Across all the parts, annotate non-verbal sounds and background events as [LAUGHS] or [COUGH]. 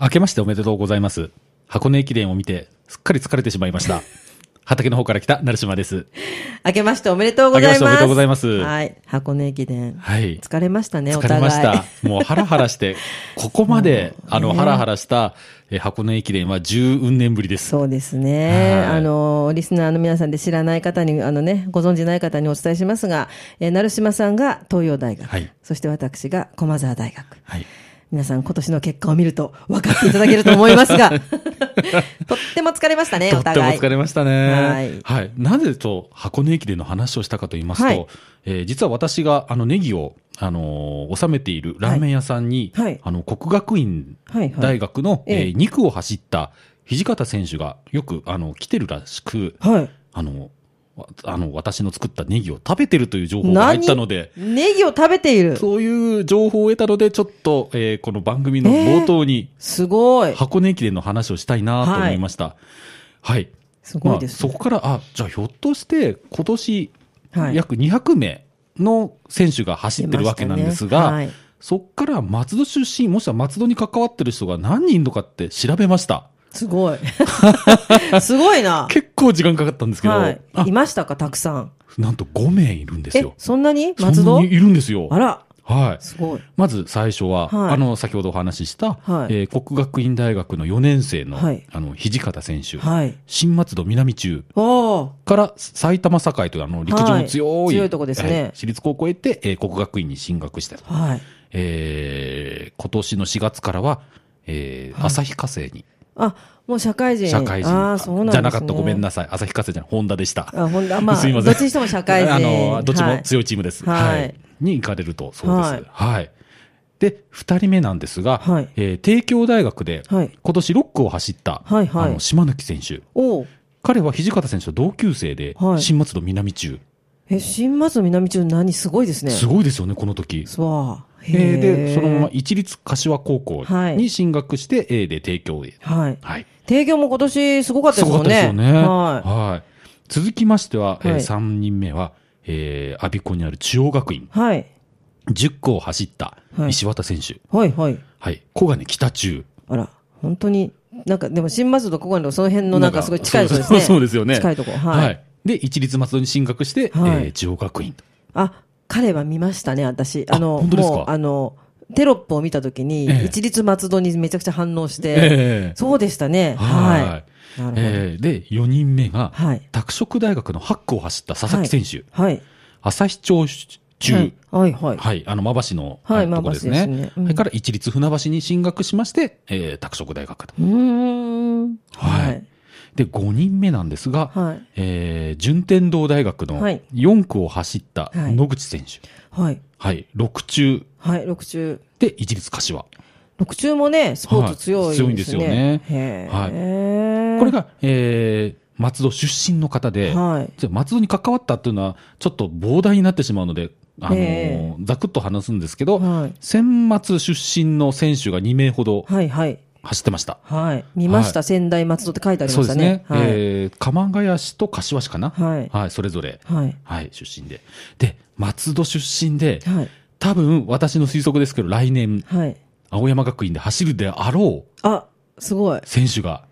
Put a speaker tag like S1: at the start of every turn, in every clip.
S1: 明けましておめでとうございます。箱根駅伝を見て、すっかり疲れてしまい
S2: [LAUGHS]
S1: ました。畑の方から来た、成島です。
S2: 明けましておめでとうございます。
S1: 明けましておめでとうございます
S2: はい。箱根駅伝。
S1: はい。
S2: 疲れましたね、お
S1: 疲
S2: 互
S1: れ
S2: い。
S1: ました。もうハラハラして、ここ
S2: [LAUGHS]
S1: まで、あの、ハラハラした、え箱根駅伝は10年ぶりです。
S2: そうですね。
S1: はい
S2: あの、リスナーの皆さんで知らない方に、あのね、ご存知ない方にお伝えしますが、えー、成島さんが東洋大学、
S1: はい
S2: そして私が駒澤大学。
S1: はい。
S2: 皆さん今年の結果を見ると分かっていただけると思います
S1: [LAUGHS]
S2: が、とっても疲れましたね、
S1: と
S2: お
S1: っても
S2: 互い。
S1: 疲れました
S2: は
S1: ね
S2: い。
S1: はい。なぜと箱根駅伝の話をしたかと言いますと、
S2: はい
S1: えー実は私があのネギを、あのー納めているラーメン屋さんに、
S2: はいはい
S1: あの、国学院
S2: はいはい
S1: 大学の、
S2: ええ
S1: えー2区を走った土方選手がよく、あの、来てるらしく、
S2: はい。
S1: あの、わあの、私の作ったネギを食べてるという情報が入ったので、
S2: ネギを食べている。
S1: そういう情報を得たので、ちょっと、えーこの番組の冒頭に、
S2: すごい。
S1: 箱根駅伝の話をしたいなと思いました。はい
S2: すごいです
S1: まあ、そこから、あ、じゃあひょっとして、今年、
S2: はい
S1: 約200名の選手が走ってるわけなんですが、
S2: 出ましたねはい
S1: そこから松戸出身、もしくは松戸に関わってる人が何人いるのかって調べました。
S2: すごい。
S1: [LAUGHS]
S2: すごいな。
S1: 結構時間かかったんですけど、
S2: はい。
S1: あ
S2: いましたか、たくさん。
S1: なんと5名いるんです
S2: え
S1: よ、。
S2: そんなに松
S1: そん
S2: 戸
S1: なにいるんですよ。
S2: あら、
S1: はい。
S2: すごい。
S1: まず最初は、
S2: はい
S1: あの、先ほどお話しした、
S2: はい
S1: えー国学院大学の4年生の、
S2: はい
S1: あの、土方選手、
S2: はい。
S1: 新松戸南中
S2: おー。
S1: から埼玉栄というあの、陸上の強い、
S2: はい強いとこですね
S1: はい私立高校へ行って、えー国学院に進学して、
S2: はい。
S1: えー今年の4月からは、えー旭化成に、
S2: あ、もう社会人。
S1: 社会人、
S2: あーそうなんです、ね、
S1: じゃなかった、ごめんなさい。旭化成じゃない、ホンダでした。
S2: あ、ほんだ、まあ、
S1: [LAUGHS] すいませ
S2: ど
S1: ん。
S2: っちにしても社会人。
S1: あの、どっち
S2: は
S1: も
S2: い
S1: 強いチームです。
S2: は
S1: はいい。に行かれると、そうです。
S2: は
S1: はいい。で、二人目なんですが、
S2: はい
S1: えー帝京大学で、
S2: はい
S1: 今年6区を走った、
S2: はいはい
S1: あの、島貫選手。
S2: おう
S1: 彼は土方選手と同級生で、
S2: はい
S1: 新松戸南中。
S2: え、新松戸南中何すごいですね。
S1: すごいですよね、この時。
S2: すわ
S1: え
S2: ー
S1: ー
S2: へ
S1: で、そのまま
S2: ー
S1: 一律柏高校
S2: はい
S1: に進学して、えーで、帝京へ。
S2: はい。
S1: はい。
S2: 提供も今年すごかったですもんね。
S1: すごかったですよね。
S2: はい。
S1: はい。続きましては、え
S2: はい
S1: 3人目は、えー、阿鼻子にある中央学院。
S2: はい。
S1: 10区を走った
S2: はい
S1: 石渡選手。
S2: はい、はい。
S1: はい。小金北中。
S2: あら、本当に、なんか、でも新松戸、ここのその辺のなんかすごい近いとこですね。
S1: そうそうです [LAUGHS] よね。
S2: 近いとこ。はい。
S1: で、一律松戸に進学して、
S2: はい
S1: えー中央学院と。
S2: あ、彼は見ましたね、私。あの、
S1: あ本当ですか
S2: もう、あの、テロップを見たときに、
S1: ええ
S2: 一律松戸にめちゃくちゃ反応して、
S1: ええ
S2: そうでしたね。はい。なるほど。
S1: えーで、4人目が、
S2: はい
S1: 拓殖大学の8区を走った佐々木選手。
S2: はい。
S1: 旭朝中。
S2: はい。はい、はい。
S1: はい、あの、馬橋の、
S2: はい
S1: とこです
S2: 馬
S1: ね。
S2: 橋ですねうん
S1: それから一律船橋に進学しまして、えー、拓殖大学と。
S2: うーん。
S1: はい。で、5人目なんですが、
S2: はい
S1: えー順天堂大学の
S2: はい
S1: 4区を走った
S2: はい
S1: 野口選手。
S2: はい。
S1: はい、6中
S2: はい。六中。
S1: で一律柏。
S2: 六中もね、スポーツ強いですね。
S1: はい強いんですよ
S2: へ
S1: ね
S2: え、
S1: これが、えー松戸出身の方で、
S2: はい
S1: じゃあ松戸に関わったっていうのは、ちょっと膨大になってしまうので、あのー
S2: え
S1: ざくっと話すんですけど、
S2: はい
S1: 選抜出身の選手が2名ほど
S2: はい、はい。
S1: 走ってました。
S2: はい。見ました。
S1: は
S2: 仙台松戸って書いてあり
S1: そ
S2: ま
S1: う
S2: し
S1: で
S2: た
S1: すね
S2: ね。。はい。
S1: えー、鎌ヶ谷市と柏市かな、
S2: はい
S1: それぞれ、
S2: はい。
S1: はい、出身で。で、松戸出身で、
S2: はい。
S1: 多分私の推測ですけど、来年、
S2: はい。
S1: 青山学院で走るであろう
S2: あ、すごい。
S1: 選手が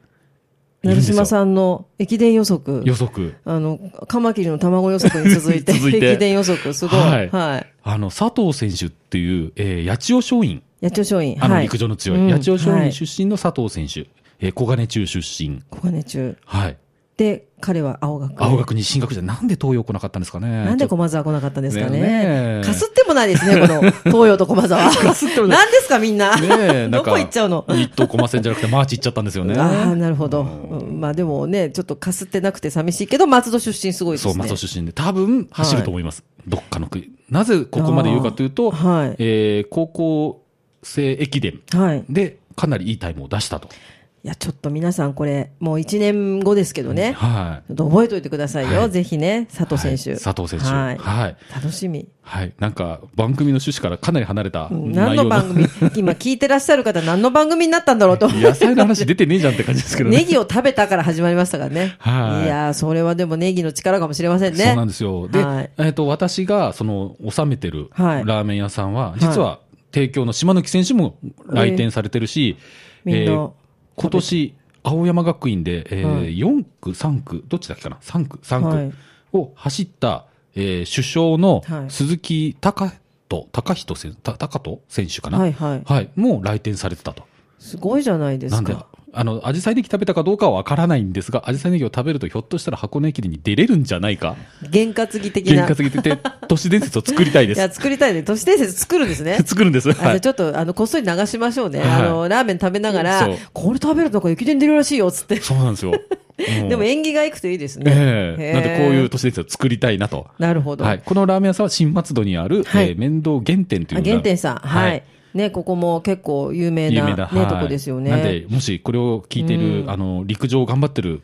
S1: いる
S2: 成
S1: んですよ
S2: 島。さんの駅伝予測。
S1: 予測。
S2: あの、カマキリの卵予測に続いて、
S1: 続いて
S2: 駅伝予測、すごい。は。
S1: はいいあの、佐藤選手っていう、えー、八千代松陰、
S2: 八千代松陰。
S1: あ
S2: は
S1: の、
S2: い
S1: 陸上の強い、
S2: うん
S1: 八千代松
S2: は
S1: 陰
S2: い
S1: 出身の佐藤選手、えー、小金中出身、
S2: 小金中。
S1: はい。
S2: で、彼は青学。
S1: 青学に進学して、なんで東洋来なかったんですかね。
S2: なんで
S1: ちょっ
S2: 駒沢来なかったんですか
S1: ねえね
S2: ね。
S1: え
S2: かすってもないですね、この東洋と駒
S1: [LAUGHS]
S2: 沢。なんですか、みんな。
S1: とねえ
S2: どこ行っちゃうの
S1: なんか一等駒線じゃなくて、マーチ行っちゃったんですよね。
S2: [LAUGHS] ああ、なるほど。うんまあでもね、ちょっとかすってなくて寂しいけど、松戸出身すごいです
S1: そ
S2: ね。
S1: う、松戸出身で、多分走ると思います。どっかの国。なぜここまで言うかというと、
S2: あーはい
S1: えー高校生駅伝
S2: はい。
S1: でかなりいいタイムを出したと。
S2: いや、ちょっと皆さんこれ、もう1年後ですけどね。
S1: は
S2: ちょっと覚えておいてくださいよ。
S1: はい
S2: ぜひね、佐藤選手。
S1: はい佐藤選手
S2: はい。
S1: はい
S2: 楽しみ。
S1: い。はい。なんか、番組の趣旨からかなり離れた
S2: うん何
S1: 内容
S2: の番組、今聞いてらっしゃる方、何の番組になったんだろうと思って
S1: [LAUGHS] 野菜の話出てねえじゃんって感じですけどね。
S2: ネギを食べたから始まりましたからね。
S1: はい
S2: やー、それはでもネギの力かもしれませんね。
S1: そうなんですよ。で、
S2: はい
S1: えっ、と、私が、その、納めてる
S2: は
S1: ラ
S2: い
S1: ーメン屋さんは、実は、提供の島貫選手も来店されてるし、
S2: えーみんな
S1: 今年、青山学院で、え
S2: は
S1: ー4区、3区、どっちだっけかな ?3 区、
S2: は
S1: 3
S2: い
S1: 区を走った、えー首相の
S2: はい
S1: 鈴木隆人、隆人選た高人選手かな、
S2: は
S1: はいい、
S2: はい。
S1: もう来店されてたと。
S2: すごいじゃないで
S1: な
S2: す
S1: んで
S2: か。、
S1: あの、アジサイネギ食べたかどうかはわからないんですが、アジサイネギを食べるとひょっとしたら箱根駅伝に出れるんじゃないか
S2: 験担ぎ的
S1: 験
S2: な。
S1: 担ぎって都市伝説を作りたいで
S2: いや、
S1: す。。
S2: 作りたいね。都市伝説作るんですね
S1: [LAUGHS] 作るんです。
S2: あじゃ
S1: は
S2: あ
S1: い。
S2: ちょっと、あの、こっそり流しましょうね。
S1: はい
S2: あの、ラーメン食べながら
S1: そう、
S2: これ食べるとなんか駅伝出るらしいよ、つって。
S1: そうなん
S2: [LAUGHS]
S1: ですよ。
S2: でも
S1: え
S2: 縁起がいくといいですね。
S1: え
S2: へー
S1: なんでこういう都市伝説を作りたいなと。
S2: なるほど。
S1: はい。このラーメン屋さんは新松戸にある、
S2: はい
S1: えー面倒原点という
S2: あ、
S1: のが
S2: 原点さん。はい。ね、ここも結構有名な、
S1: 有名
S2: ね、
S1: な、
S2: とこですよね。
S1: なんで、もしこれを聞いてる、あの、陸上を頑張ってる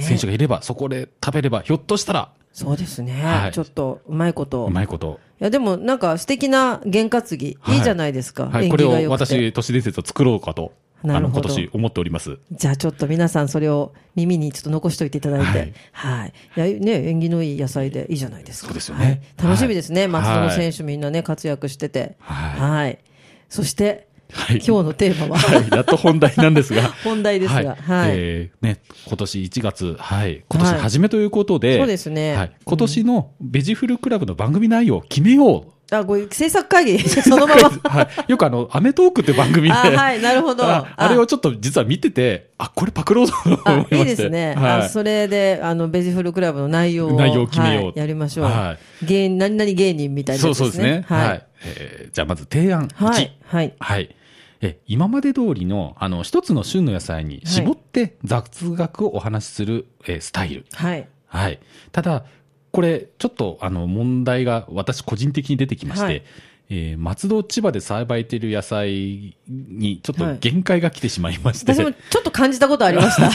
S1: 選手がいれば、そこで食べれば、ひょっとしたら、
S2: そうですね。
S1: はい
S2: ちょっと、うまいこと。
S1: うまいこと。
S2: いや、でも、なんか素敵な験担ぎ。
S1: はい
S2: いいじゃないですか。
S1: はい。
S2: 縁
S1: こ
S2: 起
S1: れ
S2: が良
S1: を
S2: くて。
S1: 私、都市伝説を作ろうかと、あ
S2: なる
S1: の、
S2: ほ
S1: 今
S2: ど
S1: 年思っております。
S2: じゃあちょっと皆さんそれを耳にちょっと残しておいていただいて、は
S1: はいい。
S2: い、や、ね、縁起のいい野菜でいいじゃないですか。
S1: そうですよ
S2: は
S1: ね
S2: い楽しみですね。
S1: はい
S2: 松園選手みんなね、活躍してて。
S1: はい
S2: はいそして、
S1: はい
S2: 今日のテーマは、。
S1: はい、やっと本題なんですが
S2: [LAUGHS] 本題ですがはい
S1: えーね、今年1月、はい、今年初めということで、
S2: はいそうですね
S1: はい、今年のベジフルクラブの番組内容を決め
S2: [LAUGHS]
S1: よ
S2: あ、ごめん制作会議、 [LAUGHS]
S1: う。
S2: そのまま。
S1: はい、よくあの、アメトーークって番組で、
S2: あ、はい、なるほど。
S1: [LAUGHS] ああれをちょっと実は見てて、あ、これパクろうと思い
S2: あ
S1: まして。
S2: いいですね、
S1: はい
S2: あそれであのベジフルクラブの内容を
S1: 内容を決めよう
S2: はいやりましょう、
S1: は
S2: 芸人何々芸人みたいな
S1: そ
S2: や
S1: う
S2: つ
S1: そうですね。
S2: は
S1: はいい。えーじゃあまず提案1。
S2: はい、はい
S1: はい。え、今まで通りの、あの、一つの旬の野菜に絞って雑学をお話しする、えースタイル。
S2: はい
S1: はい。ただ、これ、ちょっと、あの、問題が私個人的に出てきまして、
S2: はい
S1: えー松戸、千葉で栽培している野菜に、ちょっ
S2: はい
S1: と限界が来てしまいまして。
S2: 私もちょっと感じたことありま
S1: [LAUGHS]
S2: した。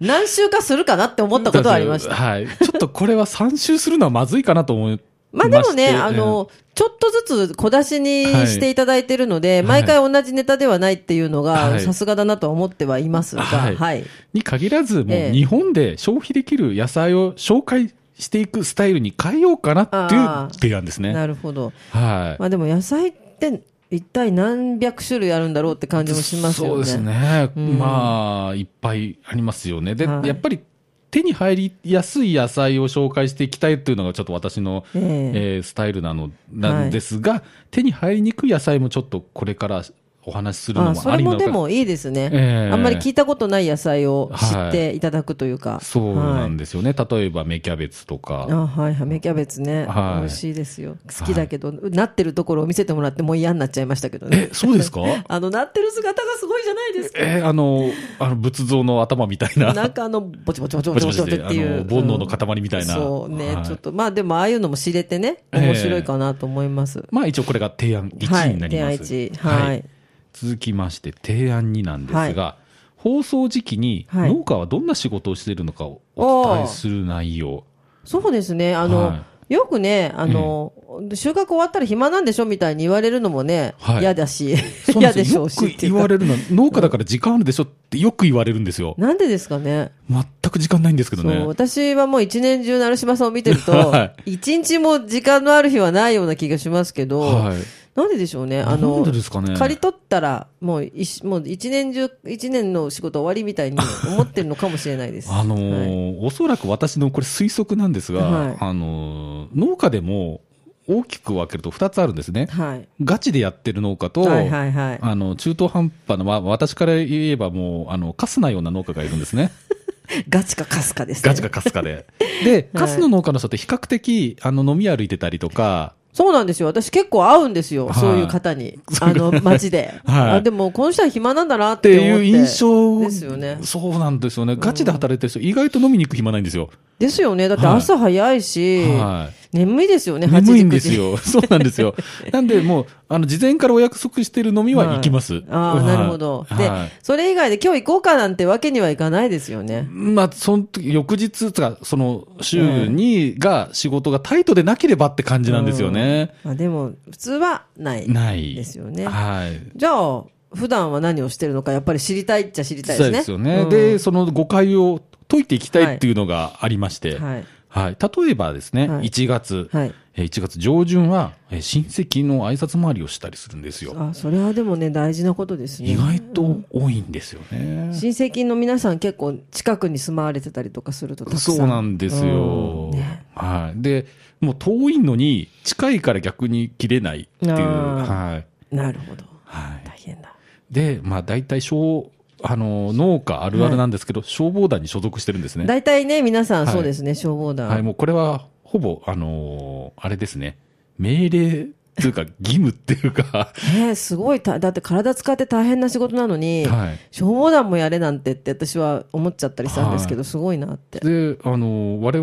S2: 何週かするかなって思ったことはありました。
S1: はい。ちょっとこれは3周するのはまずいかなと思い
S2: まあ
S1: し
S2: で
S1: て
S2: もね、あ、の、ちょっとずつ小出しにしていただいてるので、
S1: はい
S2: 毎回同じネタではないっていうの
S1: は
S2: が、
S1: い
S2: さすがだなとは思ってはいますが、は。
S1: はいいに限らず、も
S2: ええ
S1: う日本で消費できる野菜を紹介していくスタイルに変えようかなって
S2: あー
S1: いう提案ですね。
S2: なるほど。
S1: はい。
S2: まあでも野菜って一体何百種類あるんだろうって感じもしますよね。
S1: そうですね。
S2: ん
S1: まあ、いっぱいありますよね。で、
S2: はい
S1: やっぱり手に入りやすい野菜を紹介していきたいっていうのがちょっと私の、
S2: え
S1: え
S2: え
S1: ースタイルなの、なんですが、手に入りにくい野菜もちょっとこれからお話しする
S2: あ
S1: のも
S2: そ
S1: あ
S2: れ
S1: りなの
S2: も
S1: か
S2: でもいいですね、
S1: ええ
S2: あんまり聞いたことない野菜を知っていただくというか。
S1: そうな
S2: はい
S1: んですよね。例えば、芽キャベツとか。
S2: あはい、芽キャベツね、
S1: はい
S2: 美味しいですよ、好きだけど、なってるところを見せてもらって、もう嫌になっちゃいましたけど
S1: [LAUGHS]
S2: ね
S1: え、、そうですか
S2: あのなってる姿がすごいじゃない
S1: [LAUGHS]
S2: ですか、
S1: えーあの、あの仏像の頭みたいな。 [LAUGHS]
S2: なんかあの、ぼちぼちぼちぼちぼちぼちっていう、
S1: ぼちぼちあの煩悩の塊みたいな
S2: うんそうね、
S1: はい
S2: ちょっと、まあでも、ああいうのも知れてね、面白いかなと思います。
S1: まあ一応これが提案
S2: はい
S1: 1になります。
S2: 提案一はい
S1: 続きまして提案2なんですが、放送時期に
S2: はい
S1: 農家はどんな仕事をしているのかをお伝えする内容。
S2: そうですね、あの、
S1: は
S2: よくね、あの、収穫終わったら暇なんでしょみたいに言われるのもね、
S1: はい
S2: 嫌だし、
S1: そう
S2: [LAUGHS]
S1: な
S2: 嫌
S1: んで
S2: ですしょ
S1: よ
S2: う
S1: よ
S2: し
S1: く
S2: っていう
S1: 言
S2: か
S1: われるのは、農家だから時間あるでしょってよく言われるんですよ。
S2: なんでですかね。
S1: 全く時間ないんですけど
S2: そう
S1: ね。
S2: 私はもう一年中、成島さんを見てると
S1: [LAUGHS] は、
S2: 一日も時間のある日はないような気がしますけど、
S1: はい。
S2: なんででしょうね、あ
S1: なん
S2: の
S1: でですかね。
S2: 借り取ったらもう一、もう一年中、一年の仕事終わりみたいに思ってるのかもしれないです。
S1: あの
S2: はい
S1: ーおそらく私のこれ推測なんですが、
S2: はい
S1: あのー農家でも大きく分けると2つあるんですね。
S2: はい、
S1: ガチでやってる農家と、
S2: はいはいはい
S1: あの中途半端な、まあ、私から言えばもうあのカスなような農家がいるんで
S2: [LAUGHS]
S1: すね、
S2: ガチかカスかです、ね、
S1: ガチかカスかで。で、
S2: はい
S1: カスの農家の人って比較的あの飲み歩いてたりとか、
S2: そうなんですよ。私結構会うんですよ。
S1: はい
S2: そういう方に。あの、街で。
S1: [LAUGHS] はい
S2: あでも、この人は暇なんだなっ
S1: って
S2: て思って。
S1: いう印象
S2: ですよね。
S1: そうなんですよね、ガチで働いてる人、意外と飲みに行く暇ないんですよ。
S2: ですよね。だって
S1: はい
S2: 朝早いし、
S1: は
S2: 眠いですよね、8時
S1: 眠いん
S2: 9
S1: です
S2: 時。
S1: よ。 [LAUGHS] そうなんですよ。なんで、もう、あの、事前からお約束してる飲みは行きます。
S2: [LAUGHS] ああ、
S1: はい
S2: なるほど。で
S1: はい、
S2: それ以外で今日行こうかなんてわけにはいかないですよね。
S1: まあ、その時、翌日つか、その、週にが、仕事がタイトでなければって感じなんですよね。
S2: まあでも、普通はない。
S1: ない。
S2: ですよね
S1: はい。
S2: じゃあ、普段は何をしてるのか、やっぱり知りたいっちゃ知りたいです
S1: そう
S2: ね。
S1: ですよね。
S2: うん
S1: で、その誤解を解いていきたいっていうのがありまして、はい。
S2: はい。
S1: 例えばですね、
S2: はい
S1: 1月、
S2: はい。
S1: えー1月上旬は、えー親戚の挨拶回りをしたりするんですよ。
S2: あ、それはでもね、大事なことですね。
S1: 意外と多いんですよね。
S2: 親戚の皆さん結構近くに住まわれてたりとかするとたくさん
S1: そうなんですよ
S2: うん。ね
S1: はい。で、もう遠いのに、近いから逆に切れないっていう。
S2: あー
S1: はい。
S2: なるほど
S1: はい。
S2: 大変だ
S1: で、まあ大体消、あの、農家あるあるなんですけど、消防団に所属してるんですね。
S2: 大体ね皆さん
S1: はい
S2: そうですね、消防団、
S1: はい、もうこれは、ほぼ、あのーあれですね。命令というか、義務ってい
S2: [LAUGHS]
S1: うか、
S2: ねえすごいただって体使って大変な仕事なのに、
S1: はい。
S2: 消防団もやれなんてって私は思っちゃったりしたんですけど、
S1: は
S2: すごいなって
S1: で、あのー我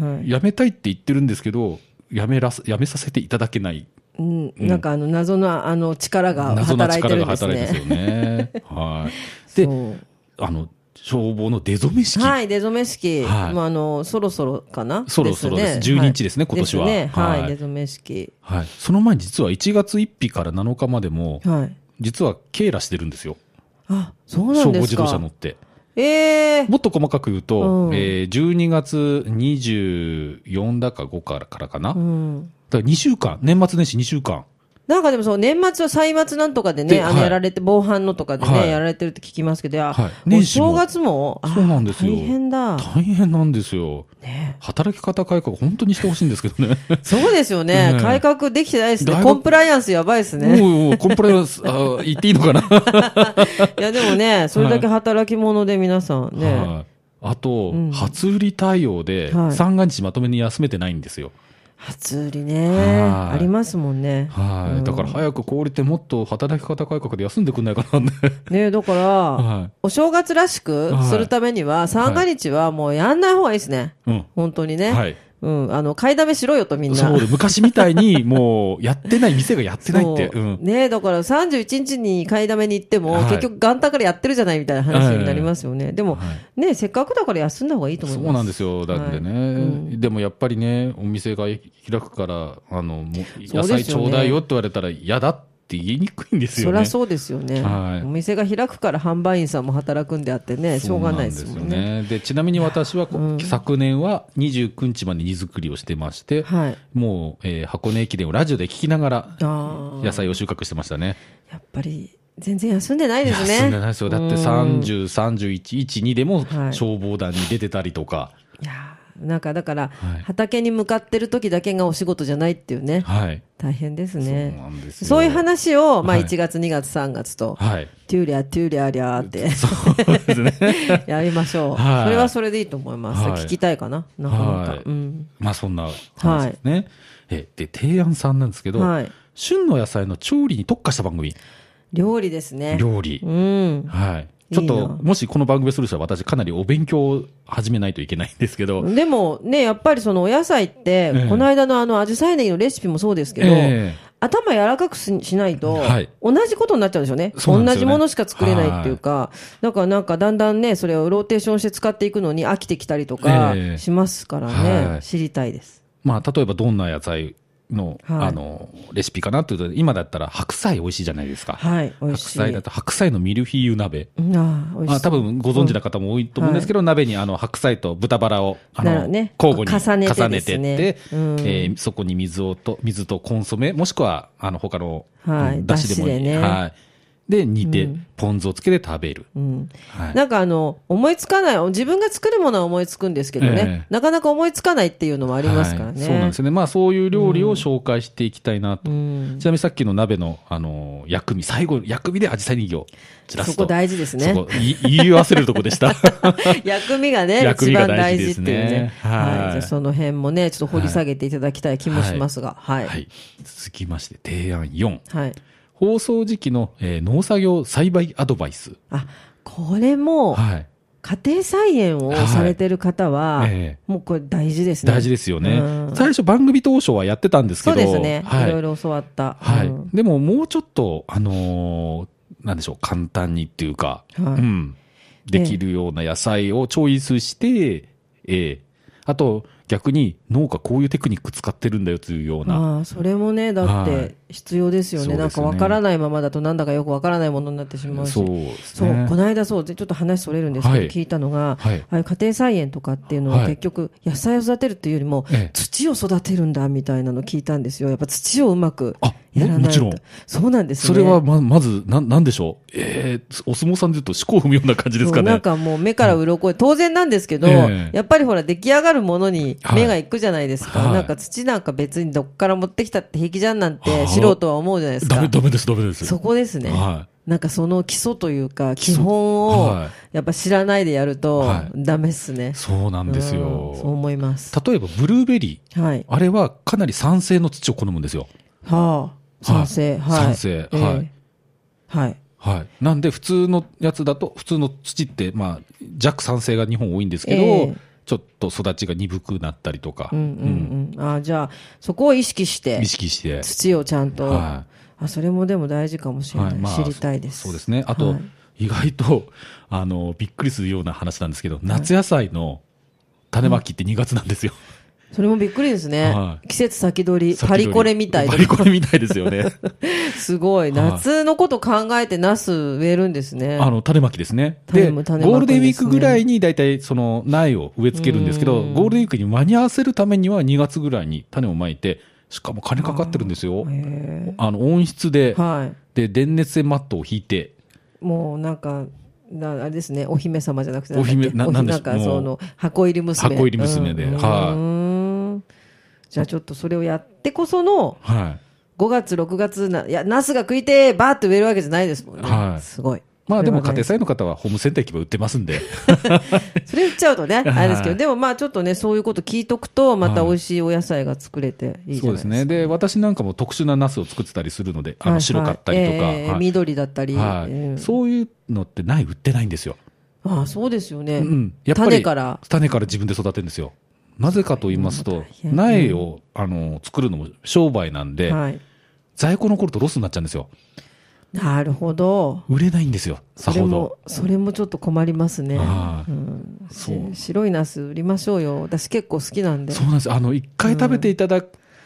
S1: 々、
S2: はい
S1: 辞めたいって言ってるんですけど、辞めらす、辞めさせていただけない。
S2: うん、なんかあの謎のあの力が
S1: 謎な
S2: 働いて
S1: 力
S2: る
S1: が
S2: んです
S1: 働いてます
S2: ね
S1: よね。
S2: [LAUGHS]
S1: はい。で、
S2: そう
S1: あの、消防の出初め式。
S2: はい、出初め式、
S1: はい
S2: まあ、あのそろそろかな
S1: そろそろです
S2: ね
S1: 12日ですね今年は
S2: ですねはい、
S1: はい
S2: 出初め式
S1: はい。その前に実は1月1日から7日までも、
S2: はい
S1: 実はケーラしてるんですよ。
S2: あそうな
S1: 消
S2: ん
S1: 防
S2: です
S1: 自
S2: か
S1: 動車乗って。
S2: ええ
S1: もっと細かく言うと、
S2: うん
S1: えー12月24だか5からからかな。
S2: うん、
S1: だから2週間、年末年始2週間。
S2: なんかでもそう年末は歳末なんとかでね
S1: で
S2: あの
S1: はい
S2: やられて、防犯のとかでね、
S1: はい
S2: やられてるって聞きますけど、いや
S1: はい
S2: お
S1: 年始も
S2: 正月もあ
S1: そうなんですよ
S2: 大変だ、
S1: 大変なんですよ。
S2: ね、
S1: 働き方改革、本当にしてほしいんですけどね。
S2: そうですよね、
S1: ね
S2: 改革できてないですね
S1: 大学
S2: コンプライアンスやばいです [LAUGHS] ね
S1: もうもう、コンプライアンス、あー言っていいのかな。
S2: いやでもねそれだけ働き者で皆さんね、
S1: はいあと、
S2: ん
S1: 初売り対応で、
S2: はい
S1: 三が日まとめに休めてないんですよ。
S2: 初売りね
S1: は
S2: あ
S1: い
S2: りますもんね
S1: はい、だから早く小売りってもっと働き方改革で休んでくんないかなって。
S2: ねだから、
S1: は
S2: お正月らしくするためには、三が日はもうやんない方がいいですね。
S1: い。うん。
S2: 本当にね。
S1: はい。
S2: うん。あの、買いだめしろよとみんな。
S1: そうで、昔みたいに、もう、やってない店がやってないって。
S2: そう
S1: うん。
S2: ねだから31日に買いだめに行っても、
S1: はい
S2: 結局元旦からやってるじゃないみたいな話になりますよね。でも、
S1: はい
S2: ねせっかくだから休んだ方がいいと思い
S1: そ
S2: ます。
S1: うなんですよ。だって
S2: はい
S1: ね、でもやっぱりね、お店が開くから、あの、もう
S2: すよね
S1: 野菜ちょうだいよって言われたら嫌だって言いにくいんです
S2: そ
S1: よ
S2: りゃ
S1: ね。
S2: そうですよね、
S1: はい
S2: お店が開くから販売員さんも働くんであってね、しょうがないですもんね。
S1: そうなんですよねでちなみに私はこう、昨年は29日まで荷造りをしてまして、
S2: はい。
S1: もう、えー箱根駅伝をラジオで聞きながら
S2: ああ、
S1: 野菜を収穫してましたね。
S2: やっぱり全然休んでないですね。
S1: 休んでないですよ。だって30、31、12でも
S2: はい
S1: 消防団に出てたりとか。
S2: いやーなんかだから、
S1: はい
S2: 畑に向かってる時だけがお仕事じゃないっていうね、
S1: はい。
S2: 大変です
S1: そう
S2: ね。
S1: なんですよ。
S2: そういう話を、まあ、
S1: はい
S2: 1月、2月、3月と、
S1: はい。
S2: トゥーリャー、トゥーリャーリャーって
S1: そうですね。
S2: [LAUGHS] やりましょう、
S1: はい
S2: それはそれでいいと思います。
S1: はい
S2: 聞きたいかな、なかなか。
S1: はい
S2: うん
S1: まあそんな話ですね。えで、提案さんなんですけど、
S2: はい、
S1: 旬の野菜の調理に特化した番組、
S2: 料理ですね。
S1: 料理。
S2: うん。
S1: はい。
S2: い
S1: ちょっと、
S2: な
S1: もしこの番組をする人は私かなりお勉強を始めないといけないんですけど、
S2: でもね、やっぱりそのお野菜って、
S1: ええ
S2: この間のあの、アジサイネギのレシピもそうですけど、
S1: ええ
S2: 頭柔らかくししないと、
S1: はい
S2: 同じことになっちゃうんですよね。
S1: そう
S2: 同
S1: なんですよね
S2: じものしか作れないっていうか、だからなんかだんだんね、それをローテーションして使っていくのに飽きてきたりとか
S1: ええ
S2: しますからね、
S1: はい
S2: 知りたいです。
S1: まあ例えばどんな野菜の、
S2: はい
S1: あの、レシピかなというと、今だったら白菜美味しいじゃないですか。
S2: はい、美味
S1: 白
S2: しい。
S1: 菜だと白菜のミルフィーユ鍋。
S2: うんああ、美味し
S1: あ
S2: い。
S1: 多分ご存知な方も多いと思うんですけど、鍋にあの白菜と豚バラをあ
S2: な
S1: の、
S2: らね
S1: 交互に
S2: 重ねて
S1: 重ねてって
S2: ですねうん
S1: えーそこに水をと水とコンソメもしくはあの他の、
S2: はい
S1: うんだしでもいい
S2: だしでね
S1: はい、で煮て、ポン酢をつけて食べる、
S2: うん
S1: はい
S2: なんかあの、思いつかない、自分が作るものは思いつくんですけどね
S1: ええ、
S2: なかなか思いつかないっていうのもありますからね。
S1: はいそうなんですよねまあそういう料理を紹介していきたいなと、
S2: うん
S1: ちなみにさっきの鍋の、あの薬味最後薬味で紫陽花ネギを散らすと
S2: そこ大事ですね
S1: そこい言い忘れるとこでした
S2: [LAUGHS] 薬味がね、
S1: 薬
S2: 一
S1: 味
S2: 番
S1: が
S2: 大
S1: 大
S2: 事
S1: 事
S2: っ
S1: です
S2: ていう
S1: ね
S2: ね。
S1: はい
S2: はい。じゃあその辺もね、ちょっと掘り下げていただきたい気もしますが、はい。
S1: はい、続きまして提案4
S2: はい。
S1: 放送時期の、えー農作業栽培アドバイス。
S2: あ、これも、
S1: はい。
S2: 家庭菜園をされてる方は、
S1: はいええ
S2: もうこれ大事ですね。
S1: 大事ですよね、
S2: うん
S1: 最初番組当初はやってたんですけ
S2: そ
S1: ど
S2: うですね、、
S1: はいい
S2: ろいろ教わった。
S1: はい
S2: うん
S1: でももうちょっとあのーなんでしょう簡単にっていうか、
S2: はい
S1: うん、できるような野菜をチョイスして、ええあと逆に農家こういうテクニック使ってるんだよというような
S2: ああそれもね、だっ
S1: は
S2: て
S1: い
S2: 必要ですよね、
S1: そう
S2: なん
S1: です
S2: か
S1: ね
S2: わからないままだと、なんだかよくわからないものになってしまうし、
S1: そうです
S2: そう
S1: ね
S2: この間そう、でちょっと話それるんですけど、
S1: はい
S2: 聞いたのが、
S1: はい
S2: ああいう家庭菜園とかっていうのは、
S1: はい
S2: 結局、野菜を育てるというよりも、
S1: ええ
S2: 土を育てるんだみたいなの聞いたんですよ、やっぱ土をうまく
S1: あ
S2: やらな
S1: もも
S2: い
S1: ち
S2: と、
S1: ろん
S2: そうなんですね。
S1: それはままずななんでしょうええお相撲さんで言うと思考踏むような感じですか
S2: そうな
S1: ね
S2: んかもう目から鱗で当然なんですけど、
S1: ええ
S2: やっぱりほら出来上がるものに目が行くじゃないですか、
S1: はい
S2: なんか土なんか別にどっから持ってきたって平気じゃんなん
S1: は
S2: て
S1: あ
S2: 素人は思うじゃないです
S1: ダメ
S2: か
S1: ダメですダメです
S2: そこですね、
S1: は
S2: なんかその基礎というか基本を
S1: はい
S2: やっぱ知らないでやると
S1: はい
S2: ダメっすね、
S1: いそうなんです
S2: うんそう
S1: よ
S2: 思います
S1: 例えばブルーベリー
S2: はい
S1: あれはかなり酸性の土を好むんですよ。
S2: はあ賛成はい
S1: 酸性はい
S2: はい
S1: はい。なんで、普通のやつだと、普通の土って、まあ、弱酸性が日本多いんですけど、
S2: ええ
S1: ちょっと育ちが鈍くなったりとか、
S2: うんうんうん、あじゃあそこを意識して
S1: 意識して、
S2: 土をちゃんと、
S1: は
S2: あそれもでも大事かもしれない、
S1: はいまあ
S2: 知りたいです
S1: そうですね。あと、
S2: はい
S1: 意外と、あの、びっくりするような話なんですけど、夏野菜の種まきって2月なんですよ。
S2: それもびっくりですね、
S1: は
S2: 季節先取
S1: [LAUGHS]
S2: り
S1: 先
S2: パ
S1: 取り
S2: リコレみたいな
S1: パリコレみたいですよね。
S2: すごい
S1: はい
S2: 夏のこと考えてナス植えるんですね
S1: あの、種まきですね。
S2: 種
S1: で、
S2: も
S1: ゴ
S2: 種まきですね
S1: ールデンウィークぐらいに大体その苗を植え付けるんですけど、
S2: うん
S1: ゴールデンウィークに間に合わせるためには2月ぐらいに種をまいて、しかも金かかってるんですよ。
S2: へ
S1: あの、温室で
S2: ー、は
S1: で、電熱線マットを引いて、
S2: いもうなんかなあれですねお姫様じゃなくて
S1: お姫
S2: なんだっけ
S1: ななんで
S2: な
S1: す
S2: んかそ
S1: も
S2: の箱入り娘
S1: 箱入り娘で
S2: うん
S1: はい
S2: うんじゃあちょっとそれをやってこその
S1: はい。
S2: 5月6月ないやナスが食いてーバーって植えるわけじゃないですもんね、
S1: はい
S2: すごい
S1: まあでも家
S2: それは
S1: 庭
S2: ね
S1: 菜の方はホームセンター行けば売ってま
S2: [LAUGHS]
S1: すんで、
S2: それ言っちゃうとね、あれですけど、
S1: はい
S2: でもまあちょっとね、そういうこと聞いとくと、また美味しいお野菜が作れていいじ
S1: そ
S2: ゃ
S1: う
S2: ないで
S1: で
S2: すすか。
S1: ね。で、私なんかも特殊なナスを作ってたりするので、あ
S2: はいは
S1: の、
S2: い
S1: 白かったりとか、
S2: ええ
S1: はい
S2: 緑だったり、
S1: はい
S2: うん
S1: そういうのって苗売ってないんですよ。
S2: ああそうですよね、
S1: うん、やっぱり
S2: 種から、
S1: 種から自分で育てるんですよ。なぜかと言います
S2: そう
S1: と
S2: 大、変
S1: 苗を、あの作るのも商売なんで、
S2: はい、
S1: 在庫残るとロスになっちゃうんですよ。
S2: なるほど、
S1: 売れないんですよ、さ
S2: それ
S1: ほど。
S2: もそれもちょっと困りますね、
S1: はい
S2: うんし
S1: そう
S2: 白いナス売りましょうよ、私、結構好きなんで
S1: そう。なんです。あの、一回食べていただ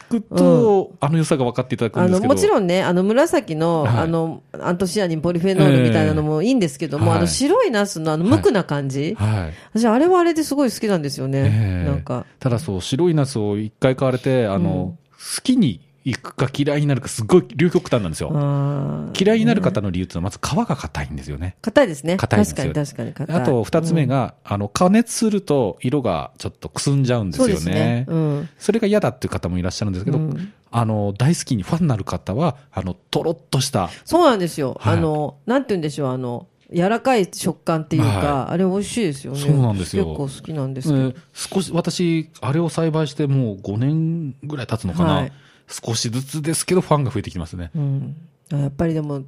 S1: くと、あの良さが分かっていただく
S2: あ
S1: んで
S2: の
S1: すけど。
S2: もちろんね、あの紫の,、
S1: はい
S2: あのアントシアニン、ポリフェノールみたいなのもいいんですけども、
S1: ええ
S2: あの白いナスのあの無垢な感じ、
S1: はい。
S2: 私、あれはあれですごい好きなんですよね、
S1: ええ
S2: なんか。
S1: ただそう、白いナスを一回買われて、あの、好きに行くか嫌いになるか、すごい両極端なんですよ。
S2: あー
S1: 嫌いになる方の理由っていうのは、まず皮が硬いんですよね。
S2: 硬いですね。
S1: 硬いんです
S2: 確かに
S1: よ
S2: 確かに硬い。
S1: あと二つ目
S2: が、
S1: が、あの、加熱すると色がちょっとくすんじゃうんです
S2: そうで
S1: よね。
S2: す
S1: そ
S2: ね。うん。
S1: れが嫌だっていう方もいらっしゃるんですけど、
S2: うん
S1: あの、大好きにファンになる方は、あの、とろっとした、
S2: そうなんですよ。
S1: はい
S2: あの、なんて言うんでしょう、あの、柔らかい食感っていうか、
S1: は
S2: あれ美味しいですよね。
S1: そうなんですよ
S2: 結構好きなんです
S1: う
S2: けど。
S1: ん少し、私、あれを栽培してもう5年ぐらい経つのかな。
S2: はい
S1: 少しずつですけど、ファンが増えてきますね。
S2: うん。あやっぱりでも、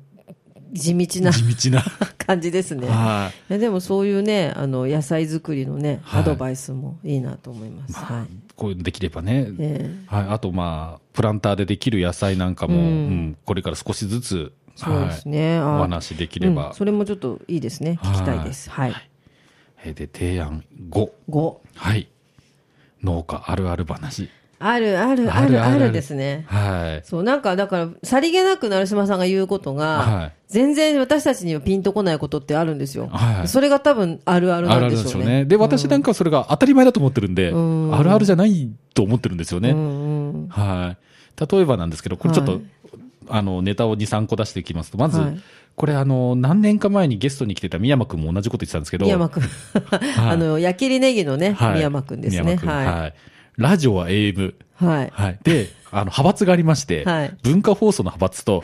S2: 地道な
S1: 地道
S2: [LAUGHS]
S1: な。
S2: 感じですね。
S1: はい。
S2: いやでもそういうね、あの、野菜作りのね、
S1: はい
S2: アドバイスもいいなと思います。はい。
S1: こういうのできればね、
S2: え
S1: はい、あとまあプランターでできる野菜なんかも、
S2: う
S1: うんんこれから少しずつ、
S2: そうですね
S1: はい
S2: あ
S1: お話しでき
S2: え
S1: れば、
S2: うんそれもちょっといいですね。聞きたいです。はい。
S1: えーで提案5、
S2: 5。
S1: はい、農家あるある話
S2: あるあるあるあるですね。
S1: はい
S2: そう、なんか、だから、さりげなく成島さんが言うことが、
S1: はい
S2: 全然私たちにはピンとこないことってあるんですよ。
S1: はい
S2: それが多分、あるある
S1: あ
S2: な
S1: るあ
S2: んで
S1: る
S2: し
S1: でし
S2: ょ
S1: ょ
S2: う
S1: う
S2: ね。
S1: ねで私なんかはそれが当たり前だと思ってるんで、
S2: うん
S1: あるあるじゃないと思ってるんですよね、
S2: うんうん。
S1: はい例えばなんですけどこれちょっと、
S2: はい
S1: あのネタを23個出していきますとまず、
S2: はい
S1: これあの何年か前にゲストに来てた宮山君も同じこと言ってたんですけど
S2: 宮間くん。あの、矢切ネギのね、
S1: はい
S2: 宮間くんですね。
S1: 宮間君
S2: は
S1: はいラジオは AM。
S2: い。はい。
S1: はい。で、あの、派閥がありまして、
S2: はい
S1: 文化放送の派
S2: [LAUGHS]
S1: 閥と、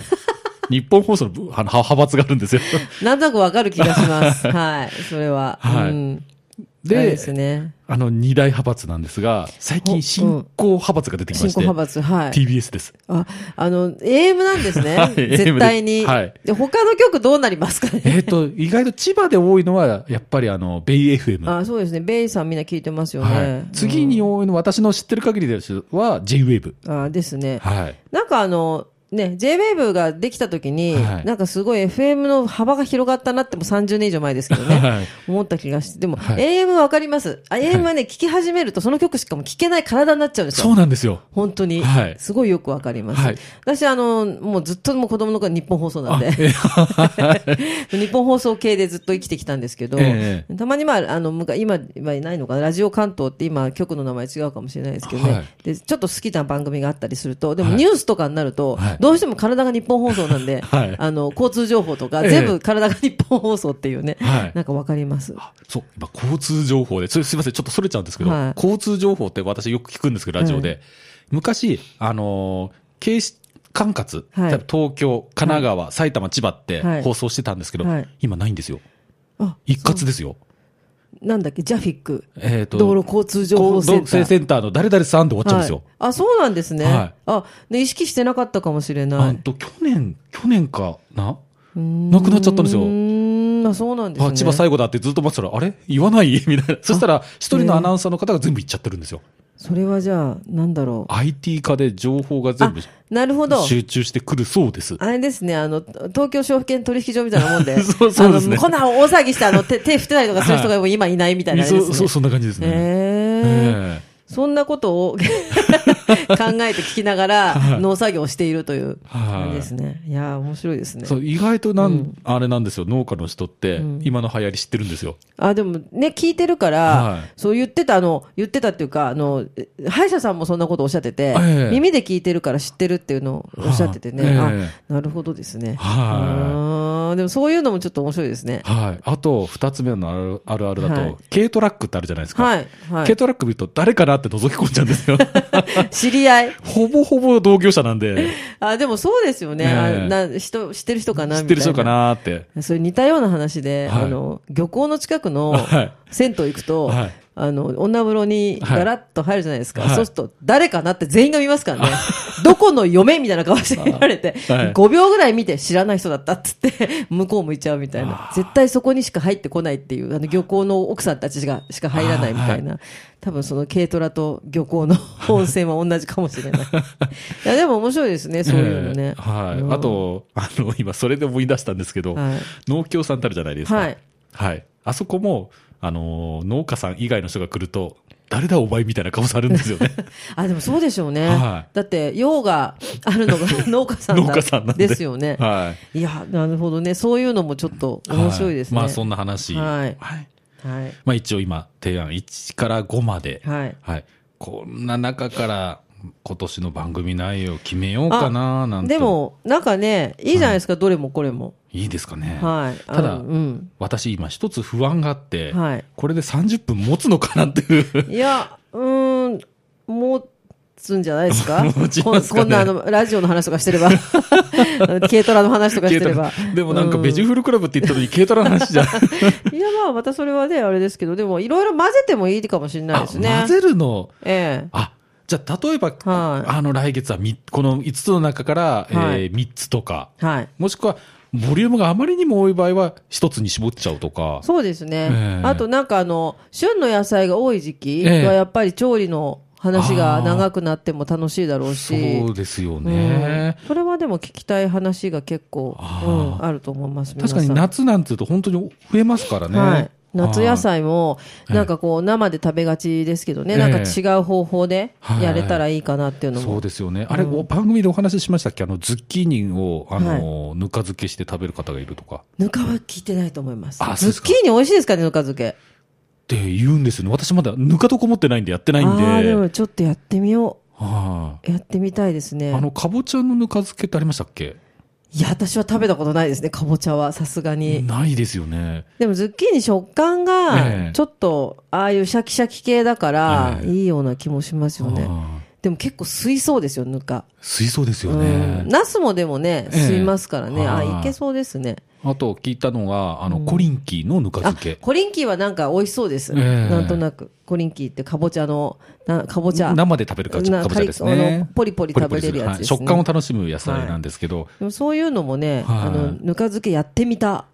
S1: 日本放送のぶあの派閥があるんですよ。 [LAUGHS]
S2: なんとなくわかる気がします。はい。それは。
S1: はい
S2: うんあれで
S1: です
S2: ね。
S1: あの二大派閥なんですが、最
S2: ほうん
S1: 近新興派閥が出てきま
S2: 新
S1: し
S2: 興
S1: て、
S2: 派閥、はい。
S1: TBS です。
S2: あ、あの、AM なんですね
S1: はい。
S2: 絶対に。
S1: AM ですはい
S2: で、他の曲どうなりますかね。
S1: えっ、と、意外と千葉で多いのは、やっぱりあの、ベイ FM。
S2: あ、そうですね。ベイさんみんな聞いてますよね。
S1: はい、次
S2: う
S1: に
S2: ん
S1: 多いの、私の知ってる限りですは J-WAVE。
S2: あ、ですね。
S1: はい。
S2: なんかあの、ね、JWAVE ができた時に、
S1: はい
S2: なんかすごい FM の幅が広がったなってもう30年以上前ですけどね。
S1: はい
S2: 思った気がして。でも、
S1: はい
S2: AM わかります。あ AM はね、聞き始めるとその曲しかも聞けない体になっちゃうんですよ。
S1: そうなんですよ。
S2: 本当に、
S1: はい
S2: すごいよくわかります、
S1: はい
S2: 私あのもうずっともう子供の頃日本放送なんで日本放送系でずっと生きてきたんですけど、
S1: え
S2: たまにまああの昔今今いないのかなラジオ関東って今局の名前違うかもしれないですけどね、
S1: はい
S2: でちょっと好きな番組があったりするとでも
S1: はい
S2: ニュースとかになると、
S1: はい
S2: どうしても体が日本放送なんで、
S1: [LAUGHS] はい
S2: あの交通情報とか
S1: ええ
S2: 全部体が日本放送っていうね、
S1: はい
S2: なんかわかります
S1: あそう、今、交通情報で、それすみません、ちょっとそれちゃうんですけど、
S2: はい
S1: 交通情報って私よく聞くんですけど、ラジオで。昔、あのー、警視、管轄、
S2: はい
S1: 例えば東京、神奈川、埼玉、千葉って
S2: はい
S1: 放送してたんですけど、
S2: はい
S1: 今ないんですよ。
S2: あ
S1: 一括ですよ。
S2: なんだっけジャフィック
S1: えっ、と、
S2: 道路交通情報センタ
S1: 道
S2: ー
S1: 路センターの誰々さんで終わっちゃうんですよ。
S2: はい、あそうなんですね、
S1: はい
S2: あで意識してなかったかもしれな
S1: あ
S2: い
S1: んと去年、去年かななくなっちゃったんですよ
S2: うーんあそうなんです
S1: あ
S2: ね
S1: 千葉最後だってずっと待ってたら、あれ言わない [LAUGHS] みたいな。そしたら、一人のアナウンサーの方が全部言っちゃってるんですよ。
S2: それはじゃあなんだろう
S1: IT 化で情報が全部
S2: なるほど
S1: 集中してくるそうです。
S2: あれですね、あの、東京証券取引所みたいなもんで、
S1: [LAUGHS] そうそうですね
S2: あのこんな大騒ぎして、あの、手、手振ってたりとかする人がもう今いないみたいなあれ
S1: そ
S2: で
S1: う
S2: すね。
S1: そう、そんな感じですね。
S2: へー
S1: え
S2: そんなこと
S1: [LAUGHS]
S2: を考えて聞きながら、農作業をしているという、
S1: はい
S2: あれですね。いやー、面白いです
S1: え
S2: ね。
S1: そう意外となん、あれなんですよ、農家の人って、今の流行り知ってるんですよ。
S2: あ、でもね、聞いてるから、
S1: はい
S2: そう言ってた、あの、言ってたっていうか、あの、え歯医者さんもそんなことおっしゃってて、
S1: ええ
S2: 耳で聞いてるから知ってるっていうのをおっしゃっててね、
S1: は
S2: あ
S1: あえ
S2: なるほどですね。
S1: は
S2: あーでもそういうのもちょっと面白いですね。
S1: はい。あと、二つ目のあるあるあるだと、
S2: はい
S1: 軽トラックってあるじゃないですか。
S2: はい、は
S1: 軽
S2: い。
S1: トラック見ると、誰かなって覗き込んじゃうんですよ。
S2: [LAUGHS] 知り合い。
S1: ほぼほぼ同業者なんで、
S2: [LAUGHS] あ、でもそうですよね。
S1: ええ
S2: あな人知ってる人かな
S1: 知っ
S2: みた
S1: て
S2: い
S1: る
S2: な。
S1: 人かなーって。
S2: それ似たような話で、
S1: はい
S2: あの、漁港の近くの
S1: はい
S2: 銭湯行くと、
S1: はい
S2: あの、女風呂に
S1: はい
S2: ガラッと入るじゃないですか。
S1: はい
S2: そうすると、誰かなって全員が見ます
S1: [LAUGHS]
S2: からね。どこの嫁みたいな顔して見られて、
S1: はい
S2: 5秒ぐらい見て知らない人だったって言って、 [LAUGHS] 向こう向いちゃうみたいな。絶対そこにしか入ってこないっていう、あの、漁港の奥さんたちがしか入らないみたいな。多分その軽トラと漁港の温泉は同じかもしれ
S1: [LAUGHS]
S2: ない。いや、でも面白いですね、そういうのね。
S1: えーはい。
S2: うん
S1: あ、と、あの、今、それで思い出したんですけど、
S2: はい
S1: 農協さんたるじゃないですか。
S2: は
S1: はいい。あそこも、あのー農家さん以外の人が来ると、誰だお前みたいな顔されるんです
S2: [LAUGHS]
S1: よね。
S2: あでもそうでしょうね、
S1: は
S2: だって用がある
S1: [LAUGHS]
S2: のが農家さんだ
S1: 農家さんなんで。
S2: ですよね、、
S1: はい
S2: やなるほどねそういうのもちょっと
S1: い。
S2: 面白いですね、
S1: まあ、そんな話。
S2: はい
S1: はい。
S2: はい
S1: まあ、一応今、提案1から5まで。はい。
S2: はい
S1: こんな中から、今年の番組内容を決めようかな、なんて。
S2: で、もなんかねいいじゃないですか、どれもこれも
S1: いいですかね。
S2: はいあの
S1: ただ
S2: うん
S1: 私今一つ不安があって、
S2: はい
S1: これで30分持つのかなっていう。
S2: いやうーん持つんじゃないですか
S1: [LAUGHS] 持ちますか
S2: こん
S1: ね
S2: こんなあのラジオの話とかして
S1: [LAUGHS]
S2: れば軽トラの話とかしてれば
S1: でもなんかベジフルクラブって言ったのに軽トラの話じゃん。
S2: いやまあまたそれはねあれですけどでもいろいろ混ぜてもいいかもしれ [LAUGHS] ない
S1: あ
S2: ですね
S1: 混ぜるの。
S2: ええ
S1: あ、じゃあ例えば、
S2: はい
S1: あの来月はみこの5つの中から、
S2: は
S1: え
S2: い
S1: ー、3つとか、
S2: はい。
S1: もしくはボリュームがあまりにも多い場合は1つに絞っちゃうとか。
S2: そうですね。
S1: ええ
S2: あとなんかあの、旬の野菜が多い時期は
S1: ええ
S2: やっぱり調理の話が長くなっても楽しいだろうし。
S1: そうですよね。
S2: うんそれはでも聞きたい話が結構、
S1: あ
S2: う
S1: ー
S2: ん、あると思います。皆
S1: 確
S2: さん
S1: かに夏なんていうと本当に増えますからね。
S2: はい。夏野
S1: は
S2: 菜も、なんかこう、生で食べがちですけどね、
S1: ええ
S2: なんか違う方法で
S1: はい
S2: やれたらいいかなっていう
S1: い。
S2: の
S1: そ
S2: も
S1: う。ですよね。あれ、お番組でお話ししましたっけあの、ズッキーニを、あの、ぬか漬けして食べる方がいるとか。
S2: ぬかは聞いてないと思います。
S1: あ
S2: ズ
S1: そう
S2: ッ
S1: ですか
S2: キーニ美味しいですかね、ぬか漬け。
S1: って言うんですよね。私まだぬか床持ってないんでやってないんで。
S2: ああ、でもちょっとやってみよ
S1: は
S2: う。やってみたいですね。
S1: いあの、かぼちゃのぬか漬けってありましたっけ
S2: いや、私は食べたことないですね、かぼちゃは、さすがに。
S1: ないですよね。
S2: でも、ズッキーニ食感
S1: え
S2: が、
S1: え
S2: ちょっと、ああいうシャキシャキ系だから、
S1: ええ
S2: いいような気もしますよね。
S1: は
S2: でも結構吸いそうですよ、ぬか。
S1: 水槽ですよ
S2: うん
S1: ね。
S2: ナスもでもね、
S1: ええ
S2: 吸いますからね。あ、
S1: はい
S2: いけそうですね。
S1: あと聞いたのが、あの、コリンキーのぬか
S2: あ
S1: 漬け、。
S2: コリンキーはなんか美味しそうです。
S1: ええ
S2: なんとなく。コリンキーってかぼちゃの、なかぼちゃ。
S1: 生で食べるかぼち
S2: な
S1: かぼちゃです
S2: あの
S1: ね。
S2: ポリポリ食べれるやつですね
S1: ポリポリすはい食感を楽しむ野菜なんですけど、
S2: でもそういうのもね、
S1: はい
S2: あの、ぬか漬けやってみた。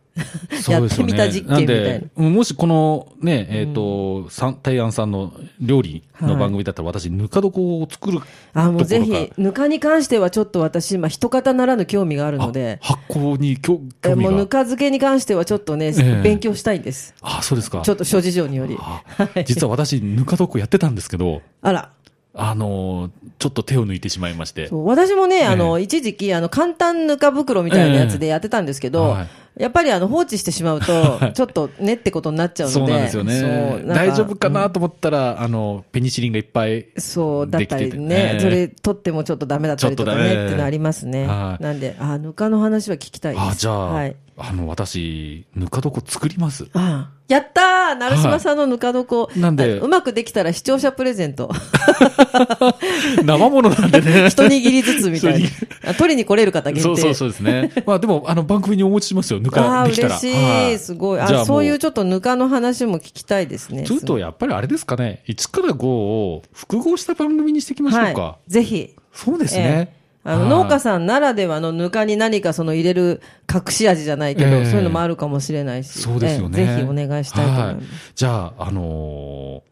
S1: そ
S2: や
S1: う
S2: っ
S1: です
S2: て
S1: よ
S2: み
S1: ね
S2: た実験みたいな。
S1: んで、もしこのね、えっ、と、さん大安さんの料理の番組だったら、私、ぬか床を作るところ
S2: あもうぜ
S1: が
S2: ひ、ぬかに関してはちょっと私、今、一方ならぬ興味があるので、
S1: あ発酵に興
S2: え
S1: 興味
S2: もうぬ
S1: が。
S2: か漬けに関してはちょっとね、
S1: え
S2: 勉強したいんです。
S1: あ、そうですか。
S2: ちょっと諸事情により。
S1: あ
S2: はい
S1: 実は私、ぬか床やってたんですけど、
S2: あら。
S1: あのーちょっと手を抜いてしまいまして
S2: そ。う私もね、あの、一時期、あの、簡単ぬか袋みたいなやつでやってたんですけ
S1: ええ
S2: ど
S1: はい、
S2: やっぱりあの、放置してしまうと、ちょっとねってことになっちゃうので。
S1: そうなんですよ
S2: そうな
S1: ね。
S2: んか
S1: 大丈夫かなと思ったら、あの、ペニシリンがいっぱい。
S2: そう、だったりね
S1: できててね
S2: それ取ってもちょっとダメだったりとか
S1: ちょっと
S2: ね、
S1: ね
S2: ってのありますね。
S1: はい
S2: なんで、あ、ぬかの話は聞きたいです。
S1: あ、じゃあ、
S2: はい。
S1: あの、私、ぬか床作ります。 [LAUGHS]
S2: あやったー成島さんのぬか床。
S1: いなんで
S2: あうまくできたら視聴者プレゼント。 [LAUGHS]
S1: 生ものなんでね。
S2: 一握りずつみたい
S1: 一
S2: な。あ取りに来れる方限定。
S1: そうそうそうですね。まあでも、あの、番組にお持ちしますよ。ぬ
S2: あ
S1: か
S2: あ、
S1: できた
S2: 嬉
S1: ら。
S2: し。
S1: はい
S2: すごい。あ、そういうちょっとぬかの話も聞きたいですね。
S1: ちょっとやっぱりあれですかね。1から5を複合した番組にしていきましょうか。
S2: はい。ぜひ。
S1: そうですね。
S2: ええあの、
S1: はい
S2: 農家さんならではのぬかに何かその入れる隠し味じゃないけど、
S1: ええ
S2: そういうのもあるかもしれないし。
S1: そうですよね。
S2: ええぜひお願いしたいと思いま
S1: は
S2: す。
S1: じゃあ、あのー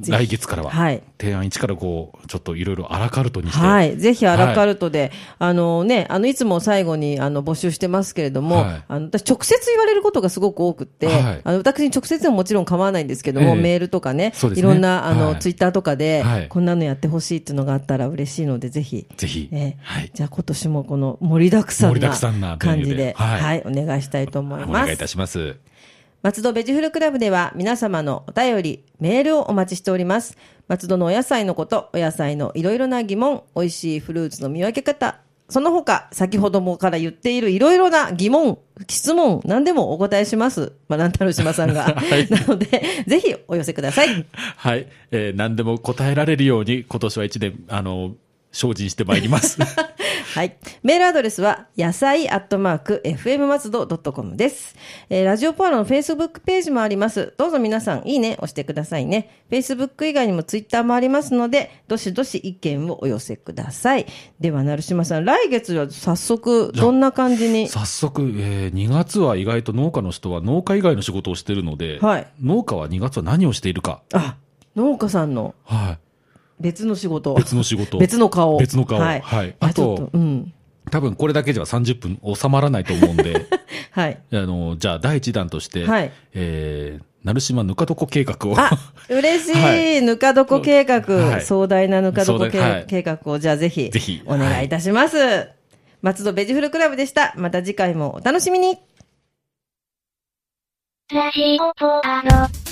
S2: ぜひ
S1: 来月からは、
S2: はい。
S1: 提案1から5、ちょっといろいろアラカルトにして。
S2: はい。ぜひアラカルトで、あのね、あの、いつも最後に、あの、募集してますけれども、
S1: はい
S2: あの、私直接言われることがすごく多くって、
S1: はい
S2: あの、私に直接でももちろん構わないんですけども、
S1: ええ
S2: メールとかね、
S1: そうで
S2: い
S1: すね
S2: ろんな、あの、
S1: はい
S2: ツイッターとかで、
S1: はい
S2: こんなのやってほしいっていうのがあったら嬉しいので、ぜひ、
S1: ぜひ。
S2: ええ
S1: はい。
S2: じゃあ今年もこの盛りだくさん
S1: 盛りだ
S2: な
S1: くさんなメ
S2: 感
S1: ニューで
S2: じで、は、
S1: はいい
S2: お願いしたいと思い
S1: お
S2: ま
S1: 願い
S2: す
S1: いた。します。
S2: 松戸ベジフルクラブでは皆様のお便り、メールをお待ちしております。松戸のお野菜のこと、お野菜のいろいろな疑問、美味しいフルーツの見分け方、その他、先ほどもから言っているいろいろな疑問、質問、何でもお答えします。まあ、乱太郎島さんが。なので、ぜひお寄せください。
S1: はい。えー何でも答えられるように、今年は1年、あのー精進してまいりま
S2: [LAUGHS]
S1: す。
S2: はい。メールアドレスは、野菜アットマーク、fm 松戸 .com です。えーラジオポアロの Facebook ページもあります。どうぞ皆さん、いいね、押してくださいね。Facebook 以外にも Twitter もありますので、どしどし意見をお寄せください。では、成島さん、来月は早速、どんな感じに。
S1: 早速、え2月は意外と農家の人は農家以外の仕事をしているので、
S2: はい
S1: 農家は2月は何をしているか。
S2: あ、農家さんの
S1: はい。
S2: 別の仕事。
S1: 別の仕事。
S2: 別の顔。
S1: 別の顔
S2: はい。
S1: はい
S2: あ
S1: あと
S2: ちょっと、うん。
S1: 多分これだけでは30分収まらないと思うんで、
S2: はい。
S1: あの、じゃあ第1弾として、
S2: はい
S1: えー、鳴島ぬか床計画を。
S2: あ、嬉しい、
S1: [LAUGHS] はい
S2: ぬか床計画、
S1: はい
S2: 壮大なぬか床計,、
S1: 壮大はい
S2: 計画をじゃあぜひ、
S1: ぜひ
S2: お願いいたします。松戸ベジフルクラブでした。また次回もお楽しみに。
S3: ラジオポアド。